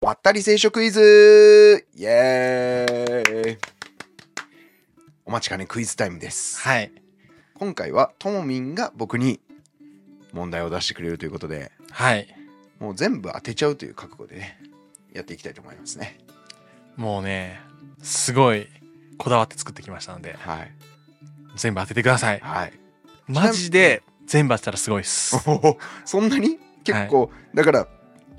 わったり聖書クイズイエーイお待ちかねクイズタイムです。はい。今回はともみんが僕に問題を出してくれるということで、はい。もう全部当てちゃうという覚悟でね、やっていきたいと思いますね。もうね、すごいこだわって作ってきましたので、はい。全部当ててください。はい。 マジで全部当てたらすごいっす。おおそんなに結構、だから、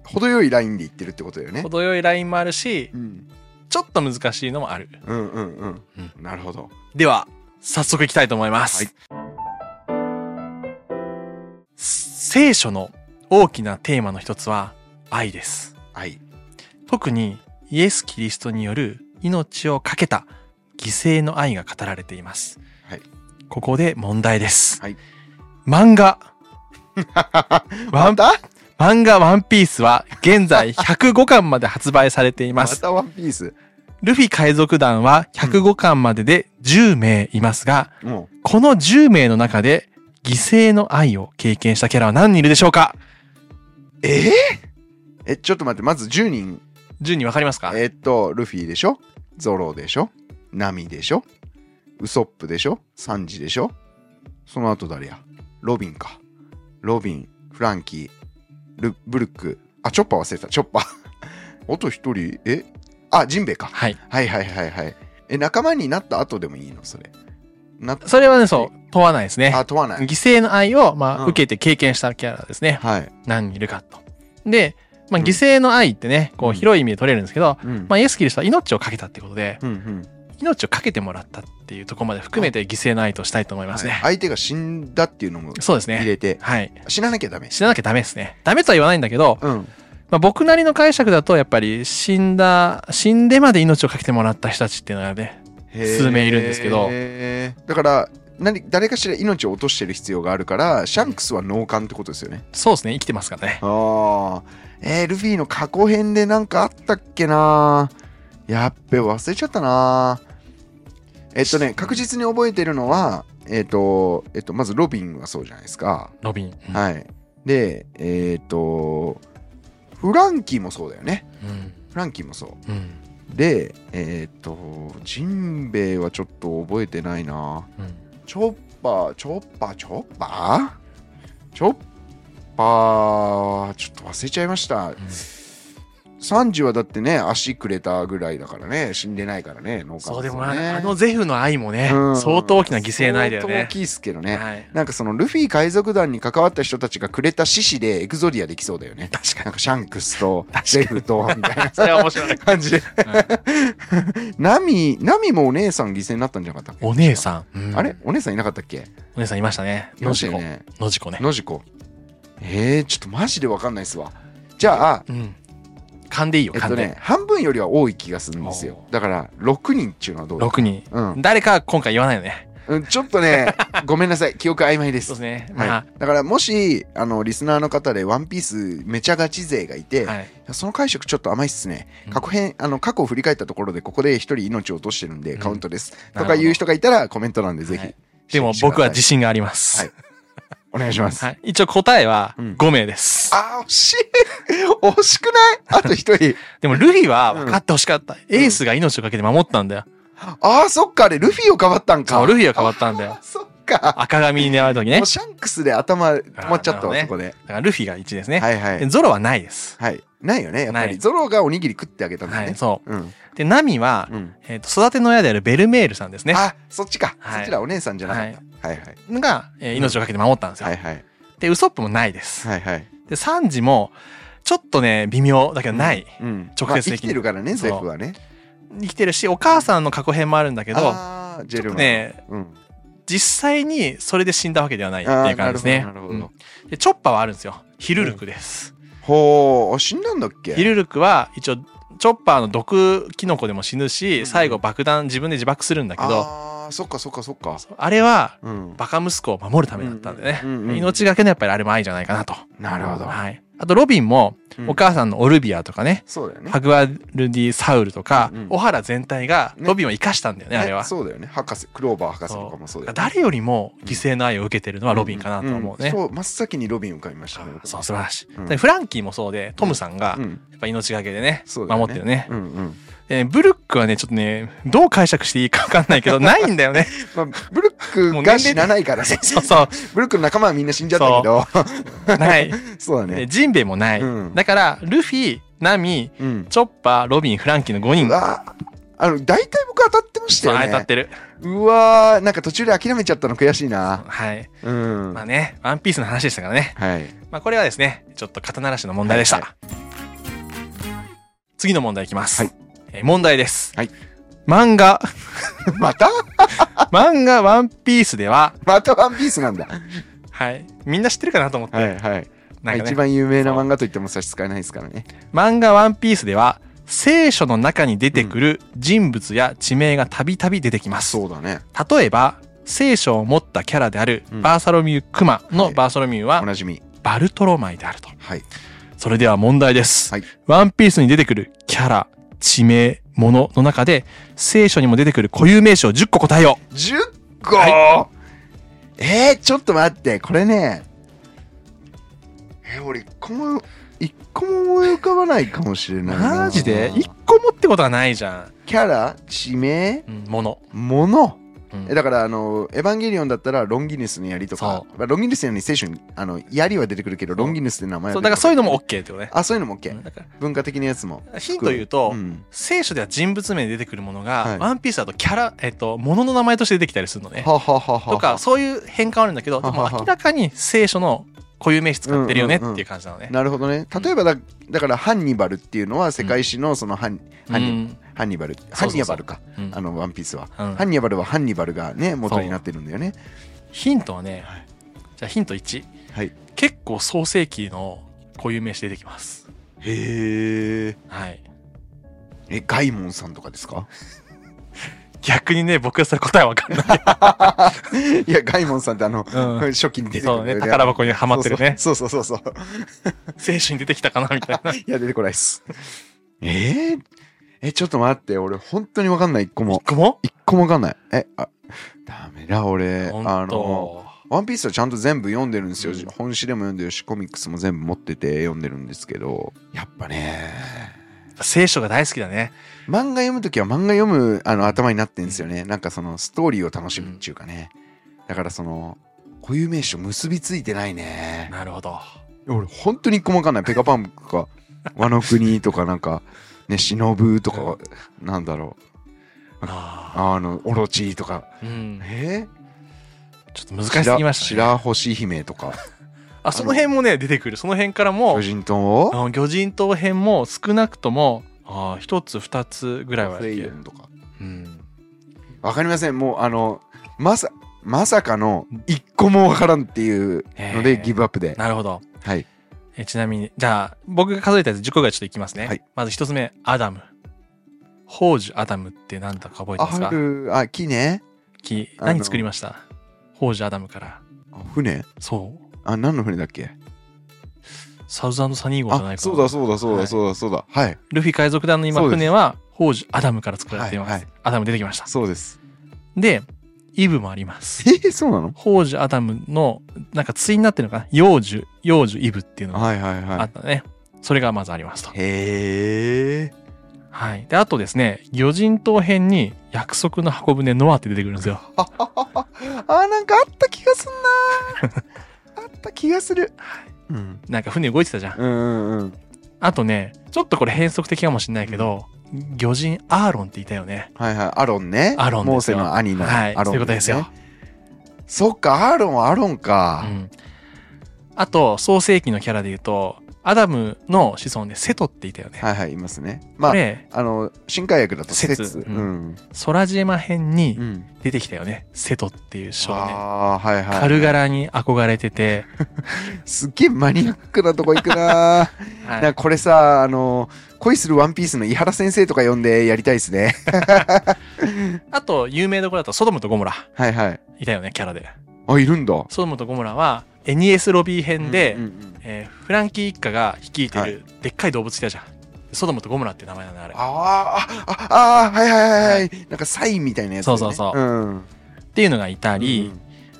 程よいラインでいってるってことだよね。程よいラインもあるしう、ん。ちょっと難しいのもある。うんうんうん。うなるほど。では、早速いきたいと思います。はい聖書の大きなテーマの一つは愛です。はい。特にイエス・キリストによる命を懸けた犠牲の愛が語られています。はいここで問題です。はい 漫画、ワまンた漫画ワンピースは現在105巻まで発売されていま。ます たワンピース。ルフィ海賊団は105巻までで10名いますが、もこの10名の中で犠牲の愛を経験したキャラは何人いるでしょうかう。えー、え、ちょっと待って、まず10人。 ?10 人わかりますかえーっと、ルフィでしょゾロでしょナミでしょウソップでしょサンジでしょその後誰やロビンか。ロビン、フランキー、ルブルック。あ、チョッパー忘れてた、チョッパー。 あと一人、えあ、ジンベエか。はい。はいはいはいはい。え、仲間になった後でもいいのそれ。なっそれはね、そう、問わないですね。あ、問わない犠。牲の愛を、まあ、うん受けて経験したキャラですね。はい。何人いるかと。で、まあ、うん犠牲の愛ってね、こううん広い意味で取れるんですけど、うん。まあ、イエス・キリストは命をかけたってことで、うんうん命をかけてもらったっていうところまで含めて犠牲の愛としたいと思いますね。はい相手が死んだっていうのもそうです入ね。れて、はい。死ななきゃダメ。死ななきゃダメですね。ダメとは言わないんだけど、うん。まあ、僕なりの解釈だと、やっぱり死んだ、死んでまで命をかけてもらった人たちっていうのがね、へー数名いるんですけどへーだから何誰かしら命を落としてる必要があるからシャンクスは脳幹ってことですよね。そうですね、生きてますからね。ああえールフィの過去編で何かあったっけなやっべ忘れちゃったなえっとね確実に覚えてるのはえっとえっとまずロビンはそうじゃないですか。ロビン。はいでえっとフランキーもそうだよね。うん。フランキーもそう。うん。で、えっ、と、ジンベエはちょっと覚えてないな。うん。チョッパー、チョッパー、チョッパーチョッパー、ちょっと忘れちゃいました。サンジはだってね、足くれたぐらいだからね、死んでないからね、農家そうのでも人はねな、あのゼフの愛もね、うん相当大きな犠牲の愛だよ相当ね大。きいっすけどね。はい。なんかそのルフィ海賊団に関わった人たちがくれた獅子でエクゾディアできそうだよね。確なかに。んかシャンクスと確かゼにフとみたいなそれは面白い。感じで。 ナミ、ナミもお姉さん犠牲になったんじゃなかったっけお姉さん。うんあれお姉さんいなかったっけお姉さんいましたね。いま野した次よ子。ね。野次子ね。のじこ。えー、ちょっとマジでわかんないっすわ。じゃあ、うん。噛んでいいよ、えっ噛とんねで。、半分よりは多い気がするんですよお。だから、6人っていうのはどうだ6人。うん誰か今回言わないよね。うん、ちょっとね、 ごめんなさい、記憶曖昧でそうですす。ね。まはあ、い、だからもしあのリスナーの方で「ワンピースめちゃガチ勢がいて、いはい。やその解釈ちょっと甘いっすねうん過去編あの過去を振り返ったところでここで一人命を落としてるんでカウントです、うんとかいう人がいたらコメント欄でぜひ、はいでも僕は自信があります。はいお願いします、はい。一応答えはうん5名です。あー惜しい 惜しくないあと一人でもルフィは分かってほしかった。エースが命をかけて守ったんだよ。ああ、そっか、あれ、ルフィをかばったんか。そう、ルフフィは変わったんだよ。そっか。赤髪に狙われた時ね。もうだシャンクスで頭止まっちゃったわ、あーなそるほこで。からルフィが1ですね。はいはでい。ゾロはないです。はい。ないよね、やっぱなり。いゾロがおにぎり食ってあげたんだはよい、ね。そうん。う。で、ナミは、うん。えっ、と、育ての親であるベルメールさんですね。あ、そっちか。はいそっちらお姉さんじゃなかった。はいはい。が、えー命をかけて守ったんですよ。はいはい。で、ウソップもないです。はいはい。で、サンジも、ちょっとね、微妙だけどない。うん。直接的にまあ生きてるからね、そゼうフはね。生きてるし、お母さんの過去編もあるんだけど、ああ、ジェちょっルとマ。ね、うん。実際にそれで死んだわけではないってあいあ、う感なじでるすほど。ねなる。ほうんど。で、チョッパーはあるんですよ。ヒルルクです。ほう、あ死んだんだっけヒルルクは、一応、チョッパーの毒キノコでも死ぬし、ん最後爆弾自分で自爆するんだけど、ああ、そっかそっかそっか。あれは、うん。バカ息子を守るためだったんでね。うんうんうんうん命がけのやっぱりあれも愛じゃないかなと。なるほど。はい。あとロビンもうんお母さんのオルビアとかね、そうだよねハグワルディ・サウルとか、うんうんオハラ全体がねロビンを生かしたんだよねあれは。ねそうだよね博士クローバー博士とかもそうだよね誰よりも犠牲の愛を受けてるのはロビンかなと思うね。んそう真っ先にロビン浮かびましたねあそう素晴らしい、うんでフランキーもそうでトムさんがうんやっぱ命がけでね、そうだよね守ってるね、うんうんでブルックはねちょっとねどう解釈していいか分かんないけどないんだ よねまあブルックが死なないからねそうそブルックの仲間はみんな死んじゃったけどうない、そうだでねジンベエもない、うんだからルフィナミうんチョッパーロビンフランキーの5人ああの大体僕当たってましたそうよあ当たっねてる、うわーなんか途中で諦めちゃったの悔しいなはいうんまあはいねワンピースの話でしたからね、まあ、これはですねちょっと刀らしの問題でした、はい次の問題いきます、はいえー問題です、はい漫画 また 漫画「ワンピースでは、またワンピースなんだはい、みんな知ってるかなと思って、はいはいまあなんか一ね、番有名な漫画といっても差し支えないですからね漫画「ワンピースでは聖書の中に出てくる人物や地名がたびたび出てきます、そうだね例えば聖書を持ったキャラであるうんバーサロミュー・クマはのいバーサロミューおはなじみバルトロマイであると、はいそれでは問題です、はいワンピースに出てくるキャラ地名ものの中で聖書にも出てくる固有名詞を10個答えよう10個、はえー、ちょっと待って、これね。えー、俺、一個も、一個も思い浮かばないかもしれないな。マジで1個もってことはないじゃキャラ、地名、ん、うん、もの、もの。うんえだから、あの、エヴァンゲリオンだったら、ロンギヌスの槍とかそ、まあロンギヌスの槍に聖書に、あの、槍は出てくるけど、そうロンギヌスって名前はそう出てだからくそういうのも OK ってことねる。あ、そういうのも OK。うんだか文化的なやつも。らヒント言うと、うん聖書では人物名で出てくるものが、はいワンピースだとキャラ、えっと、ものの名前として出てきたりするのね。ははははとか、そういう変換はあるんだけど、ではもはは明らかに聖書の固有名詞使ってるよねうんうんうんっていう感じなのね。なるほどね。例えばだ、だから、ハンニバルっていうのは、世界史の、そのハン、ハンニハンニバル、ハンニバルか。うんうんあの、ワンピースは。うんハンニバルはハンニバルがね、元になってるんだよね。ヒントはねはい、じゃあヒント1。はい。結構創世記の固有名詞出てきます。へえ。はい。え、ガイモンさんとかですか 逆にね、僕はそれ答えわか んない。いや、ガイモンさんってあの、うん初期に出てくそうる、ね、宝箱にはまってるね。そうそうそうそうそう。聖書に出てきたかなみたいな。いや、出てこないっす。えー、え、ちょっと待って、俺、本当にわかんない、一個も。僕も一個もわかんない。え、あ、ダメだ、俺。あ本の、当。ワンピースはちゃんと全部読んでるんですよ。うん本誌でも読んでるし、コミックスも全部持ってて読んでるんですけど、やっぱね、聖書が大好きだね。漫画読むときは漫画読むあの頭になってんですよね。なんかそのストーリーを楽しむっていうかね。だからその、固有名詞と結びついてないね。なるほど。俺、本当に細かんない。ペカパンプと か、ワノ国とかなんか、ね、忍ぶとか、なんだろう。ああの、オロチとか。あ。うん。えーちょっと難しすぎましたね。白白星姫とか、あ、その辺もね、出てくる。その辺からも巨、人島をあの魚人島編も少なくとも、ああ、一つ、二つぐらいはフやレイってレる。ンとか。うん。わかりません。もう、あの、まさ、まさかの一個もわからんっていうのへで、ーギブアップで。なるほど。はい。えちなみに、じゃあ、僕が数えたやつ10個ぐらいちょっといきますね。はいまず一つ目、アダム。宝珠アダムって何だか覚えてますあかる、あ、木ね。木あの何作りました宝珠アダムから。あ船そう。あ、何の船だっけサウザンドサニー号じゃなあ、いかな。そうだそうだそうだそうだそうだ。はい、ルフィ海賊団の今そうです船は宝珠アダムから作られています。はいはいアダム出てきました。そうです。で、イブもあります。えー、そうなの宝珠アダムの、なんか対になってるのかな幼樹、幼樹イブっていうのがはいはいあはったね。それがまずありますとい。。へえ。はい。で、あとですね、魚人島編に約束の箱舟ノアって出てくるんですよ。あ、なんかあった気がすんな ー。あった気がする。うん。なんか船動いてたじゃん。うんうんうん。あとね、ちょっとこれ変則的かもしんないけど、魚人アーロンっていたよね。はいはい。アロンね。アロンですよモーセの兄のはい。アそロン、ういうことですよ。。そっか、アロンはアロンうか。ん。あと、創世紀のキャラで言うと、アダムの子孫でセトっていたよね。はいはい、いますね。まあこ、れ、あの、新海薬だと説説。ううんん。空島編にうん。出てきたよね。セトっていう少年。ああ、はいはい。軽柄に憧れてて、すっげえマニアックなとこ行くなー。はいなんかこれさ、あの、恋するワンピースの井原先生とか呼んでやりたいです ね。あと有名どころだとソドムとゴモラはいはい。いたよねキャラであ、いるんだ。ソドムとゴモラは NES ロビー編で、うんうんうんえーフランキー一家が率いてはいるでっかい動物いたじゃん、ソドムとゴムラって名前なんだあれっあーあああーはいはいはいはいなんかサインみたいなやつだよねそうそうそうんていうのがいたり、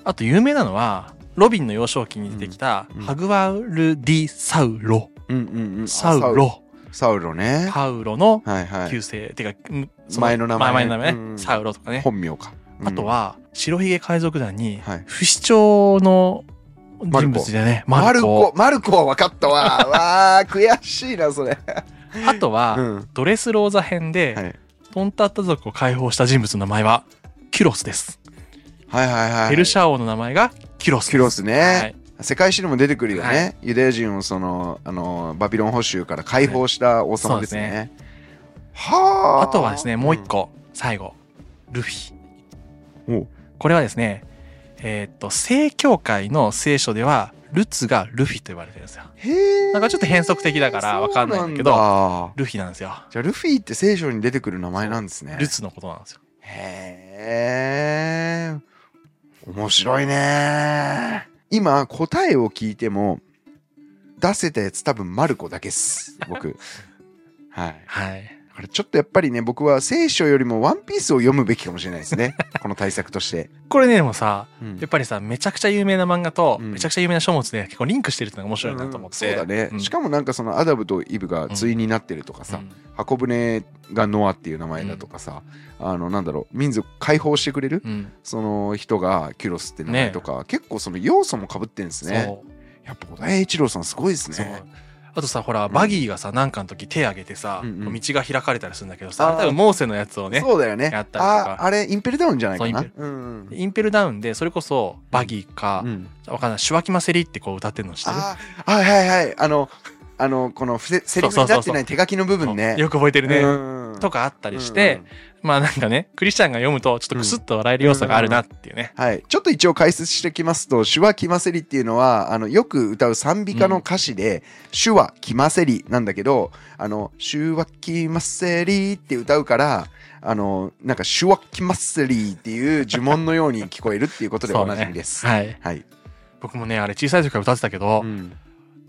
あと有名なのはロビンの幼少期に出てきた、うんうんハグワルディサウロうんうんうんサウロサウロねサウロのはいは旧い姓、てかうん前の名前前の名前ね、うんサウロとかね本名かうんあとは白ひげ海賊団にはい不死鳥の人物でねママルルココマルコは分かったわ わあ悔しいなそれあとは、うんドレスローザ編で、はいトンタッタ族を解放した人物の名前はキュロスです、はいはいはいペルシャ王の名前がキュロスですキュロスねはい世界史にも出てくるよね、はユダヤ人をそのあのバビロン捕囚から解放した王様ですね。はいそうはあ。あとはですね、もう一個、最後、ルフィ。おう。これはですね、えーっと、正教会の聖書では、ルツがルフィと呼ばれてるんですよ。へえ。なんかちょっと変則的だからわかんないんだけどそうなんだルフィなんですよ。じゃあルフィって聖書に出てくる名前なんですね。ルツのことなんですよ。へえ。面白いね。今答えを聞いても出せたやつ多分マルコだけっす。 僕。はい。はい。だからちょっとやっぱりね僕は聖書よりもワンピースを読むべきかもしれないです ね。この対策として。これね、でもさ、うんやっぱりさ、めちゃくちゃ有名な漫画と、うんめちゃくちゃ有名な書物で結構リンクしてるってのが面白いなと思っうて。んそうだね、んしかもなんかそのアダムとイブが対になってるとかさ、うん箱舟がノアっていう名前だとかさ、あのなんだろう民族解放してくれる、うん。その人がキュロスって名前とか、結構その要素もかぶってんですねそう。やっぱ小田栄一郎さんすごいですそうね。あとさほらんバギーがさなんかの時手挙げてさ、うんうん道が開かれたりするんだけどさあー多分モーセのやつをねそうだよねやったりとかああれインペルダウンじゃないかなそうインうんうんインペルダウンでそれこそバギーか、うんわかんない「シュワキマセリ」ってこう歌ってるの知ってるあーはいはいはいあのあのこのふせセリフになってない手書きの部分ねよく覚えてるね、うんとかあったりして、まあなんかねクリスチャンが読むとちょっとクスッと笑える要素があるなっていうね、はい、ちょっと一応解説しておきますと「手話きませり」っていうのはあのよく歌う賛美歌の歌詞で「手話きませり」なんだけど「あの手話きませり」って歌うからあのなんか「手話きませり」っていう呪文のように聞こえるっていうことでそうおねなじみです。はいはい、僕もねあれ小さい時から歌ってたけど、うん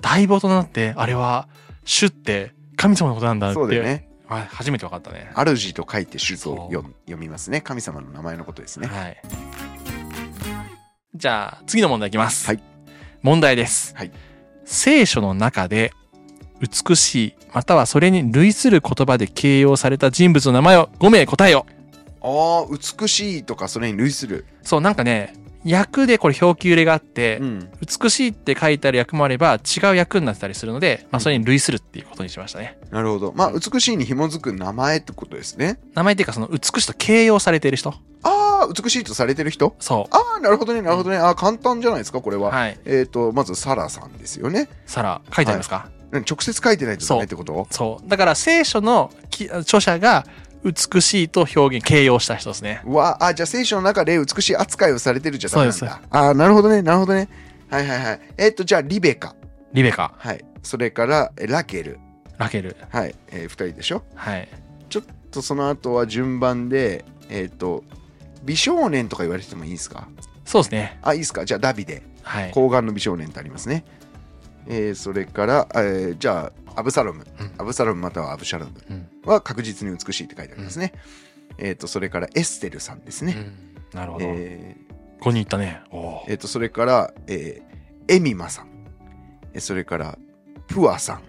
だいぶ大人になってあれは「主」って神様のことなんだっそうだて、よね。はい初めて分かったね主と書いて主とそ読読みますね。神様の名前のことですね。はいじゃあ次の問題いきます、はい問題です、はい聖書の中で美しいまたはそれに類する言葉で形容された人物の名前を5名答えよああ、美しいとかそれに類する。そうなんかね役でこれ表記揺れがあって、うん、美しいって書いてある役もあれば違う役になってたりするので、まあ、それに類するっていうことにしましたね、なるほど。まあ、美しいに紐づく名前ってことですね。名前っていうかその美しいと形容されている人ああ、美しいとされてる人そうああ、なるほどね、なるほどね。ああ、簡単じゃないですか、これは。はいえっ、と、まず、サラさんですよね。サラ書いてありますか、うん直接書いてないとダメってことそうだから聖書のき著者が美しいと表現形容した人ですねうわあ、じゃあ聖書の中で美しい扱いをされてるじゃダメなんそうでだ。ああ、なるほどね、なるほどね。はいはいはい。えっ、と、じゃあ、リベカ。リベカはい。それから、えラケル。ラケルはい。えー、二人でしょ。はいと、その後は順番で、えっ、と、美少年とか言われてもいいですかそうですねあ、いいですかじゃあ、ダビデ。はい睾丸の美少年ってありますね。えーそれから、えーじゃあ、アブサロム。うんアブサロムまたはアブシャロム。うんは確実に美しいって書いてありますね。えっ、と、それからエステルさんですうね。んなるほど、えーここに行ったねおーえっ、と、それから、えーエミマさん。えそれから、プアさん。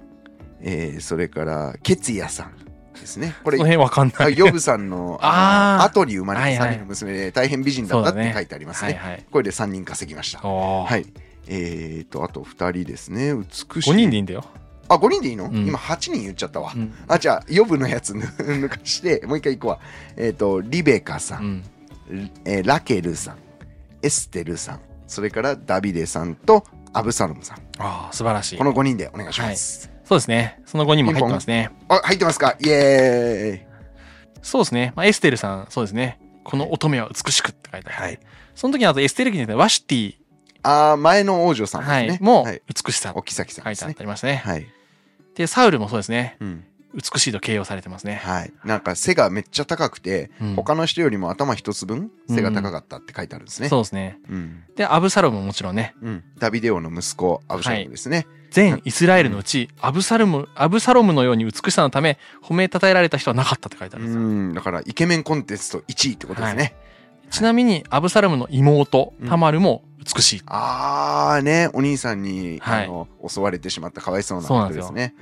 えーそれから、ケツヤさんですね。ここのれ、辺わかんあないヨブさんの あのあー後に生まれはいた3はい人の娘で大変美人だったっそうだてね書いてありますはいね。はいこれで3人稼ぎました。おはーい。えっ、と、あと2人ですね。美しい。 5人でいいんだよ、あ、5人でいいの、うん今8人言っちゃったわ。うんあ、じゃあ、予部のやつぬ 抜かして、もう一回行くわ。えっ、と、リベカさ、うんんえーラケルさん、エステルさん、それからダビデさんとアブサロムさん。ああ素晴らしいこの5人でお願いします。そうですねその5人も入ってますねあ、入ってますかイエーイそうですね、まあ、エステルさんそうですねこの乙女は美しくって書いてある、はい、その時にあとエステル記に出てワシュティ、あー前の王女さんですはねい、。もはい、美しさっておきさきさん書でいてすあっね。たりましたね、はい。でサウルもそうですねうん。美しいと形容されてますね。はい。なんか背がめっちゃ高くて、うん他の人よりも頭一つ分背が高かったって書いてあるんですね。そうですね。うん。で、アブサロムももちろんね、うん。ダビデオの息子、アブシャロムですね。全イスラエルのうち、アブサロム、アブサロムのように美しさのため、褒めたたえられた人はなかったって書いてあるんですよ。うん。だからイケメンコンテンツと1位ってことですね。ちなみに、アブサロムの妹、タマルも美しい。あーね、お兄さんに、はいあの襲われてしまったかわいそうなそうな人んでですよすね。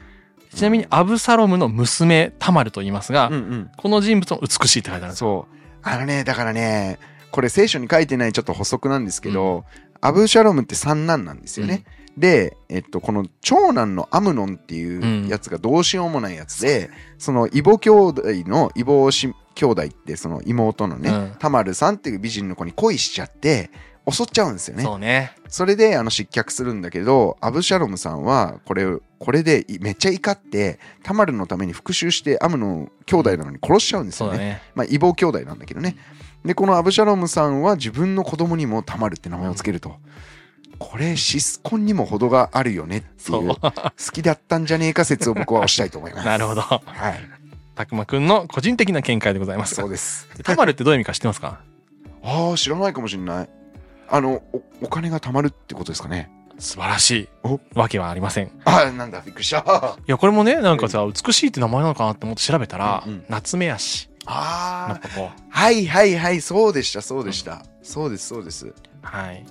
ちなみに、アブサロムの娘、タマルと言いますが、うんうん。この人物も美しいって書いてあるんですよ。そう。あのね、だからね、これ聖書に書いてないちょっと補足なんですけど、アブシャロムって三男なんですよね。で、えっと、この長男のアムノンっていうやつがどうしようもないやつで、その異母兄弟の異母し兄弟ってその妹のね、うんタマルさんっていう美人の子に恋しちゃって、襲っちゃうんですよね。そうね。それであの失脚するんだけど、アブシャロムさんはこれをこれでいめっちゃ怒って、タマルのために復讐してアムの兄弟なのに殺しちゃうんですそうよだね。ね。まあ、異母兄弟なんだけどね。で、このアブシャロムさんは自分の子供にもタマルって名前をつけると。これ、シスコンにも程があるよねってそいうう、好きだったんじゃねえか説を僕は推したいと思い ます。なるほど。はい、たくまくんの個人的な見解でございます。そうです。タマルってどういう意味か知ってますかああ、知らないかもしれない。あの、おお金が貯まるってことですかね。素晴らしおい。わけはありません。いああ、なんだ、びっくりした。あや、これもね、なんかさ、美しいって名前なのかなって思って調べたら、うんうんナツメヤシ あのー、ここ。はいはいはい、そうでした、そうでした。そうです、そうです。はい。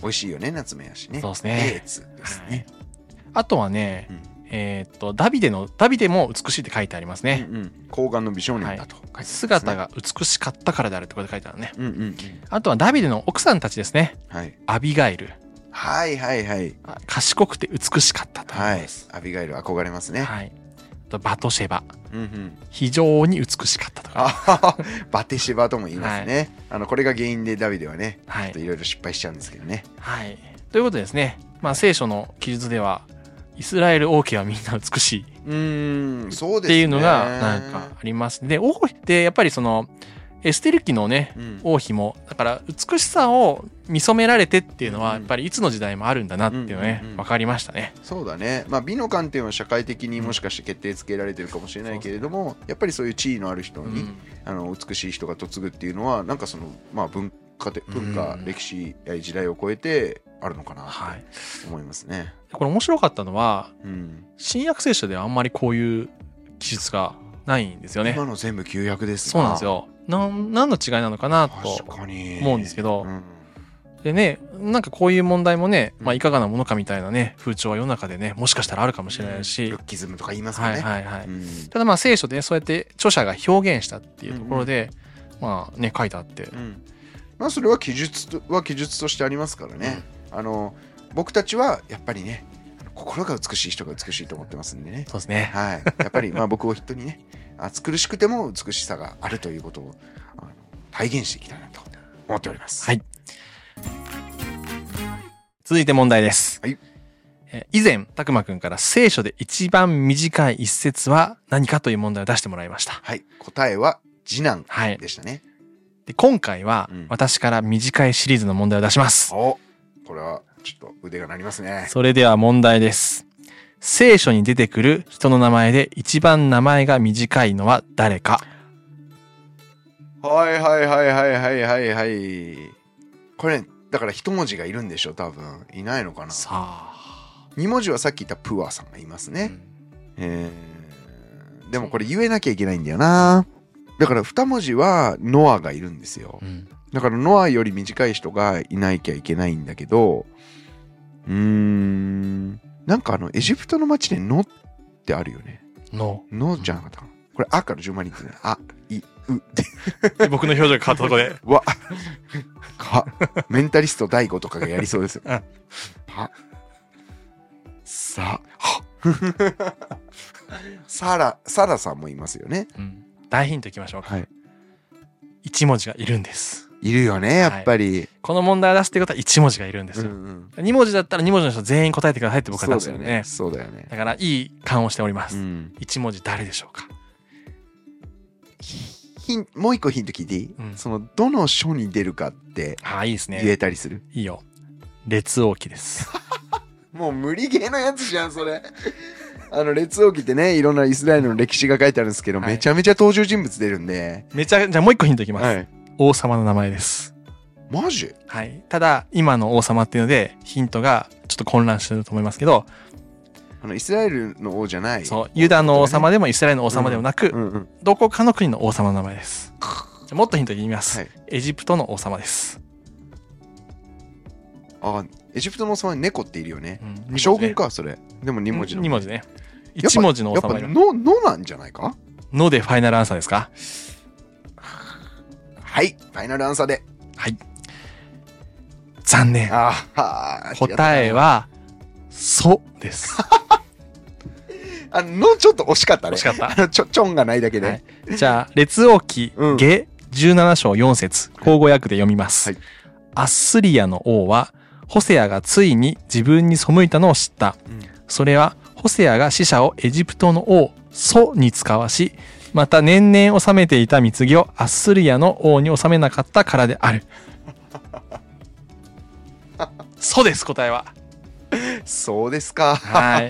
美味しいよね、夏目やしね。そうですデねー。ツですね。あとはね、うんえーっと、ダビデの、ダビデも美しいって書いてありますね。うんうん睾丸の美少年だと書いてますね姿。が美しかったからであるってことで書いてあるね。うんうんうん。あとはダビデの奥さんたちですね。はい。アビガイル。はいはいはい。あ賢くて美しかったとは思いいま。す。アビガイル憧れますね。はい。あとバトシェバ。うんうん。非常に美しかったとか。あは はバテシバとも言いますね。あの、これが原因でダビデはね、ちはょっいと。いろいろ失敗しちゃうんですけどね。はい。ということでですね、まあ、聖書の記述では、イスラエル王家はみんな美しいっうーん、そうですね。ていうのがなんかあります。で、王妃ってやっぱりその、エステル記のね、うん、王妃も、だから美しさを見初められてっていうのは、うやんっぱりいつの時代もあるんだなっていうねうんうんう、んわかりましたね。そうだね。まあ、美の観点は社会的にもしかして決定つけられてるかもしれないけれども、やっぱりそういう地位のある人うに、んあの美しい人が嫁ぐっていうのはなんかその、まあ、文化で文化、うん歴史や時代を超えてあるのかなはとい。思いますね。これ面白かったのは、うん新約聖書ではあんまりこういう記述がないんですよね今。の全部旧約ですかそうなんですよ。なん、何の違いなのかなと確かに思うんですけどうんでね、なんかこういう問題もね、まあいかがなものかみたいなね、風潮は世の中でね、もしかしたらあるかもしれないしル、ッキズムとか言いますよね。はいはいはい。うんただまあ聖書でそうやって著者が表現したっていうところで、まあね、書いてあってう、んまあ、それは記述とは記述としてありますからね、あの僕たちはやっぱりねあの心が美しい人が美しいと思ってますんでねそうですね。はい、やっぱりまあ僕を人にね、暑苦しくても美しさがあるということをあの体現していきたいなと思っております。はい続いて問題です。はいえー以前、たくまくんから聖書で一番短い一節は何かという問題を出してもらいました。はい、答えは次男はい。でしたね。で、今回はうん私から短いシリーズの問題を出します。おこれはちょっと腕が鳴りますね。それでは問題です。聖書に出てくる人の名前で一番名前が短いのは誰かはいはいはいはいはいはいはい。これ、ね、だから一文字がいるんでしょう、多分。いないのかな。さあ。二文字はさっき言ったプアさんがいますうね。んえーでもこれ言えなきゃいけないんだよな。だから二文字はノアがいるんですよ。うんだからノアより短い人がいなきゃいけないんだけど、うーん、なんかあの、エジプトの街でノってあるよね。の。ノじゃなかったかな。これ、あから順番に言ってね。あ、い、う、で、僕の表情が変わったとこで。わ、か、メンタリスト大悟とかがやりそうですよ。うんは、さ、は、サラ、サラさんもいますよね。うん大ヒントいきましょうか。はい。一文字がいるんです。いるよね、やっぱり。この問題を出すってことは一文字がいるんですうんよ。うん。二文字だったら二文字の人全員答えてくださいって僕はそう出だすよよね。ね。そうだよねだ。からいい勘をしておりまうす。ん。一文字誰でしょうかヒンもう一個ヒント聞いていい、うんそのどの書に出るかってああ、いいです言ね。えたりする、いいよ。列王記です。もう無理ゲーのやつじゃんそれあの、列王記ってね、いろんなイスラエルの歴史が書いてあるんですけど、はいめちゃめちゃ登場人物出るんで。めちゃ、じゃあもう一個ヒントいきます。はい。王様の名前です。マジはい。ただ、今の王様っていうので、ヒントがちょっと混乱してると思いますけど、あの、イスラエルの王じゃない。そう、ユダの王様で。でもイスラエルの王様でもなく、うんうん。どこかの国の王様の名前です。じゃあもっとヒント言います、はいエジプトの王様です。あ、エジプトの王様に猫っているよねう。ん将軍。か、それ。でも2 2文文字字の。ね。2文字ね。やっぱ1文字の王やっぱ様がいる。の、のなんじゃないかのでファイナルアンサーですかはい。ファイナルアンサーで。残念。あーはー答え。は、ソです。あの、ちょっと惜しかったね。惜しかったあのちょ、ちょんがないだけで。はいじゃあ、列王記うん下17章4節口語訳で読みます。はいアッスリアの王は、ホセアがついに自分に背いたのを知った。うんそれは、ホセアが死者をエジプトの王、ソに使わし、また年々治めていた貢ぎをアッスリアの王に治めなかったからで ある。そうです、答えは。そうですか。はい。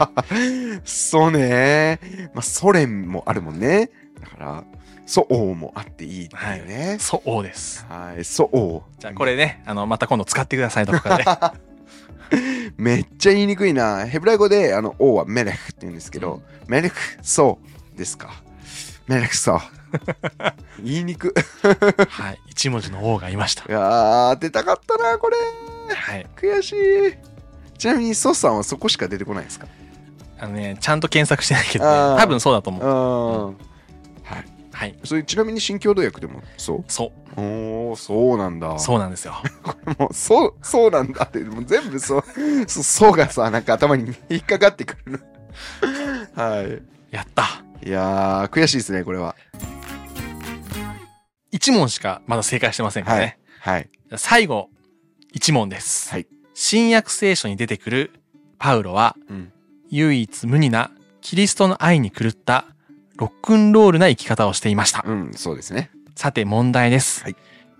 そうね。まあ、ソ連もあるもんね。だから、ソ王もあっていいっていうね。ソ王です。はい、ソ王。じゃあ、これね、あの、また今度使ってください、どこかで。 めっちゃ言いにくいな。ヘブライ語で、あの、王はメレフって言うんですけど、メレフ、ソですか。メレフ、 ソ言いにく。はい。一文字の王がいましたい。やー、当てたかったな、これ。はい。悔しい。ちなみに、ソさんはそこしか出てこないですかあのね、ちゃんと検索してないけど、あーね、多分そうだとう思ーう。ん。はい。はい。それ、ちなみに、新共同訳でも、そそうおー、そうなんだ。う。そうなんですよ。 もう、そう、そうなんだって、もう全部そう、そう、 そうがさ、なんか頭に引っかかってく るの。はやった。い。いやー、悔しいですね、これは。一問しかまだ正解してませんからね。はい。最後、一問です。はい新約聖書に出てくるパウロは、うん唯一無二なキリストの愛に狂ったロックンロールな生き方をしていました。うん、そうですね。さて問題です。はい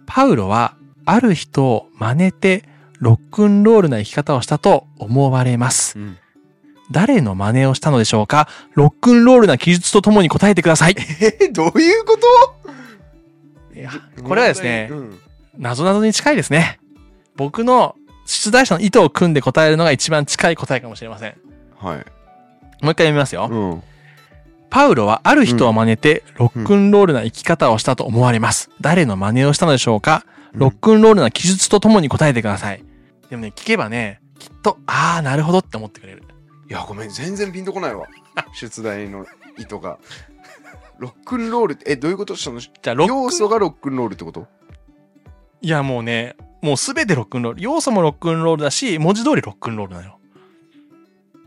パウロは、ある人を真似てロックンロールな生き方をしたと思われます。うん。誰の真似をしたのでしょうかロックンロールな記述とともに答えてくだ さい。えー、どういうこといやこれはですねう、ん。謎々に近いですね。僕の出題者の意図を組んで答えるのが一番近い答えかもしれません。はい。もう一回読みますよ。うん。パウロはある人を真似てロックンロールな生き方をしたと思われます。誰の真似をしたのでしょうかうんロックンロールな記述とともに答えてください。でもね、聞けばね、きっと、あー、なるほどって思ってくれる。いや、ごめん、全然ピンとこないわ。 出題の意図が。ロックンロールって、え、どういうことその、じゃあ、ロッ要素がロックンロールってこといや、もうね、もうすべてロックンロール。要素もロックンロールだし、文字通りロックンロールなのよ。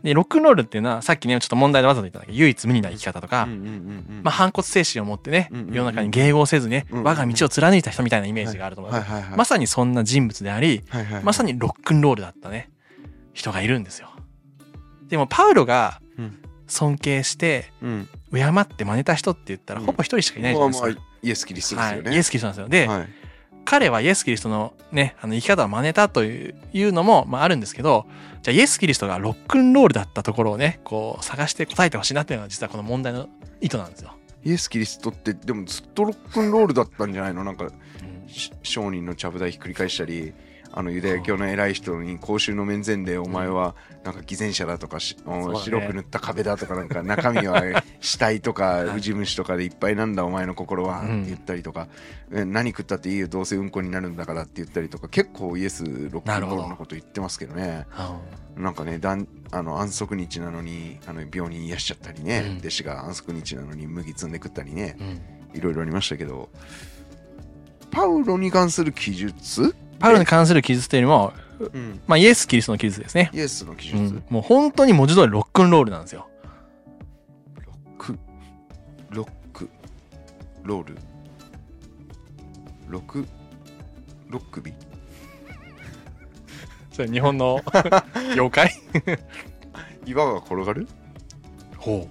で、ロックンロールっていうのは、さっきね、ちょっと問題でわざと言ったんだけど、唯一無二な生き方とか、うんうんうんうんまあ、反骨精神を持ってね、うんうんうん世の中に迎合せずね、うんうん我が道を貫いた人みたいなイメージがあると思う、はいはいはい。まさにそんな人物であり、はいはいはいまさにロックンロールだったね、人がいるんですよ。でも、パウロがうん尊敬して、うん。敬って真似た人って言ったら、うんほぼ一人しかいないじゃまなあいまですか。あ、イエス・キリストですよね。はい、イエス・キリストなんですよ。で、はい。彼はイエス・キリストのね、あの生き方を真似たといういうのも、まあ、あるんですけど、じゃあイエス・キリストがロックンロールだったところをね、こう探して答えてほしいなっていうのが実はこの問題の意図なんですよ。イエス・キリストってでもずっとロックンロールだったんじゃないのなんかし商人のちゃぶ台ひっくり返したりあのユダヤ教の偉い人に公衆の面前でお前はなんか偽善者だとかし、だね白く塗った壁だとかなん か中身は死体とかい藤虫とかでいっぱいなんだお前の心はっうてん言ったりとか、え何食ったっていいよどうせうんこになるんだからって言ったりとか結構イエスロックンロールのこと言ってますけどねあなんかねだんあの安息日なのにあの病人癒しちゃったりね、うん弟子が安息日なのに麦積んで食ったりね、のうんいろいろありましたけど、パウロに関する記述、パウロに関する記述というよりも、まあ、イエス・キリストの記述ですね。イエスの記う述、ん、もう本当に文字通りロックンロールなんですよ。ロック、ロック、ロール、ロク、ロックビ、それ日本 の妖怪岩が転がるほ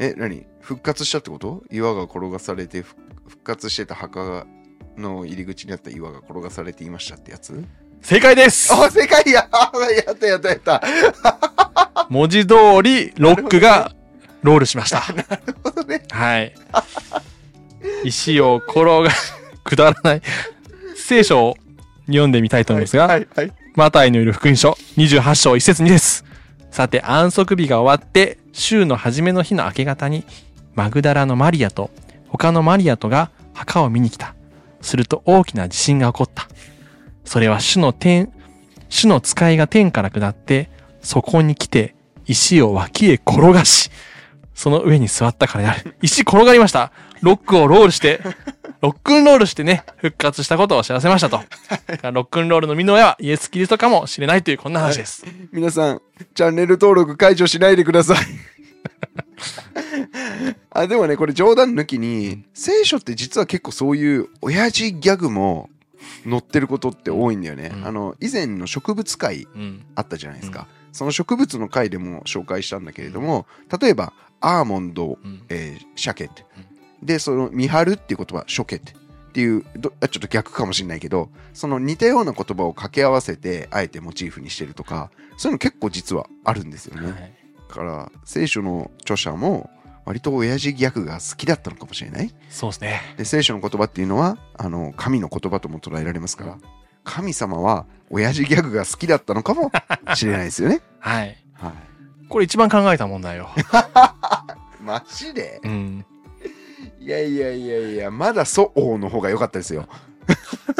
え、何復活したってこと岩が転がされて、ふ復活してた墓の入り口にあった岩が転がされていましたってやつう。正解ですあ、正解や あやったやったやった。文字通り、ロックがロールしました。ほんとねはい。石を転が、くだらない。聖書を読んでみたいと思いますが、はい、はい。マタイのいる福音書28章1節2です。さて、安息日が終わって、週の初めの日の明け方に、マグダラのマリアと、他のマリアとが墓を見に来た。すると大きな地震が起こった。それは主の天、主の使いが天から下って、そこに来て、石を脇へ転がし、その上に座ったからである。石転がりました。ロックをロールして、ロックンロールしてね、復活したことを知らせましたと。ロックンロールの身の親はイエス・キリストかもしれないというこんな話です。皆さん、チャンネル登録解除しないでください。 あでもね、これ冗談抜きに、聖書って実は結構そういう親父ギャグも載ってることって多いんだよね。うんあの、以前の植物界うん。あったじゃないですか。その植物の回でも紹介したんだけれども、例えば、アーモンド、うん。えー、鮭って。で、その、見張るっていう言葉、初ケって。っていうどあちょっと逆かもしれないけどその似たような言葉を掛け合わせてあえてモチーフにしてるとかそういうの結構実はあるんですよね、はいだから聖書の著者も割と親父ギャグが好きだったのかもしれないそうですね。で聖書の言葉っていうのはあの神の言葉とも捉えられますから神様は親父ギャグが好きだったのかもしれないです よねはい。はいこれ一番考えた問題よ。マジでうん。いやいやいやいやまだ祖王の方が良かったですよ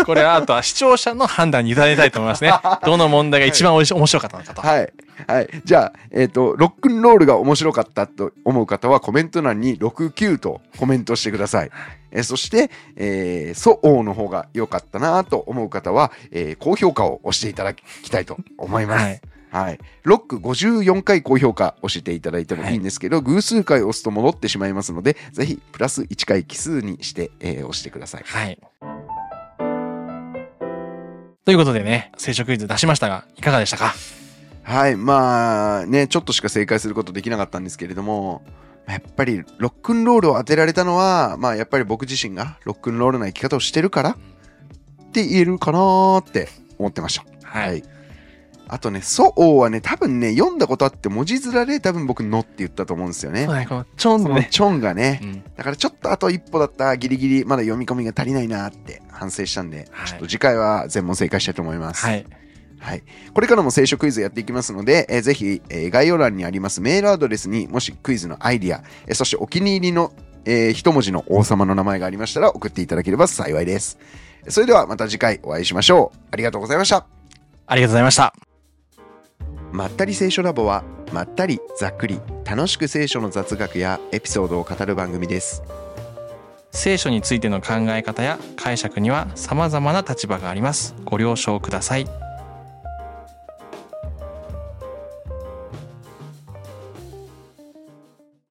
これはあとは視聴者の判断に委ねたいと思いますね。どの問題が一番おいし面白かったのかと。はい。はい。じゃあ、えっ、と、ロックンロールが面白かったと思う方は、コメント欄に69とコメントしてください。えーそして、えー、ソオの方が良かったなと思う方は、えー高評価を押していただきたいと思います。ははいい。ロック54回高評価押していただいてもいいんですけど、偶数回押すと戻ってしまいますので、ぜひ、プラス1回奇数にして、えー押してください。はい。ということでね、聖書クイズ出しましたが、いかがでしたかはい、まあね、ちょっとしか正解することできなかったんですけれども、やっぱりロックンロールを当てられたのは、まあやっぱり僕自身がロックンロールな生き方をしてるからって言えるかなーって思ってました。はい。はいあとね、ソオはね、多分ね、読んだことあって文字面で多分僕のって言ったと思うんですよねそう。だね、このちょんそののね。チョンがねう、ん。だからちょっとあと一歩だったギリギリまだ読み込みが足りないなーって反省したんで、はいちょっと次回は全問正解したいと思います。はい。はい。これからも聖書クイズやっていきますので、えーぜひ、えー概要欄にありますメールアドレスにもしクイズのアイディア、えーそしてお気に入りの、えー一文字の王様の名前がありましたら送っていただければ幸いです。それではまた次回お会いしましょう。ありがとうございました。ありがとうございました。まったり聖書ラボはまったりざっくり楽しく聖書の雑学やエピソードを語る番組です。聖書についての考え方や解釈には様々な立場があります。ご了承ください。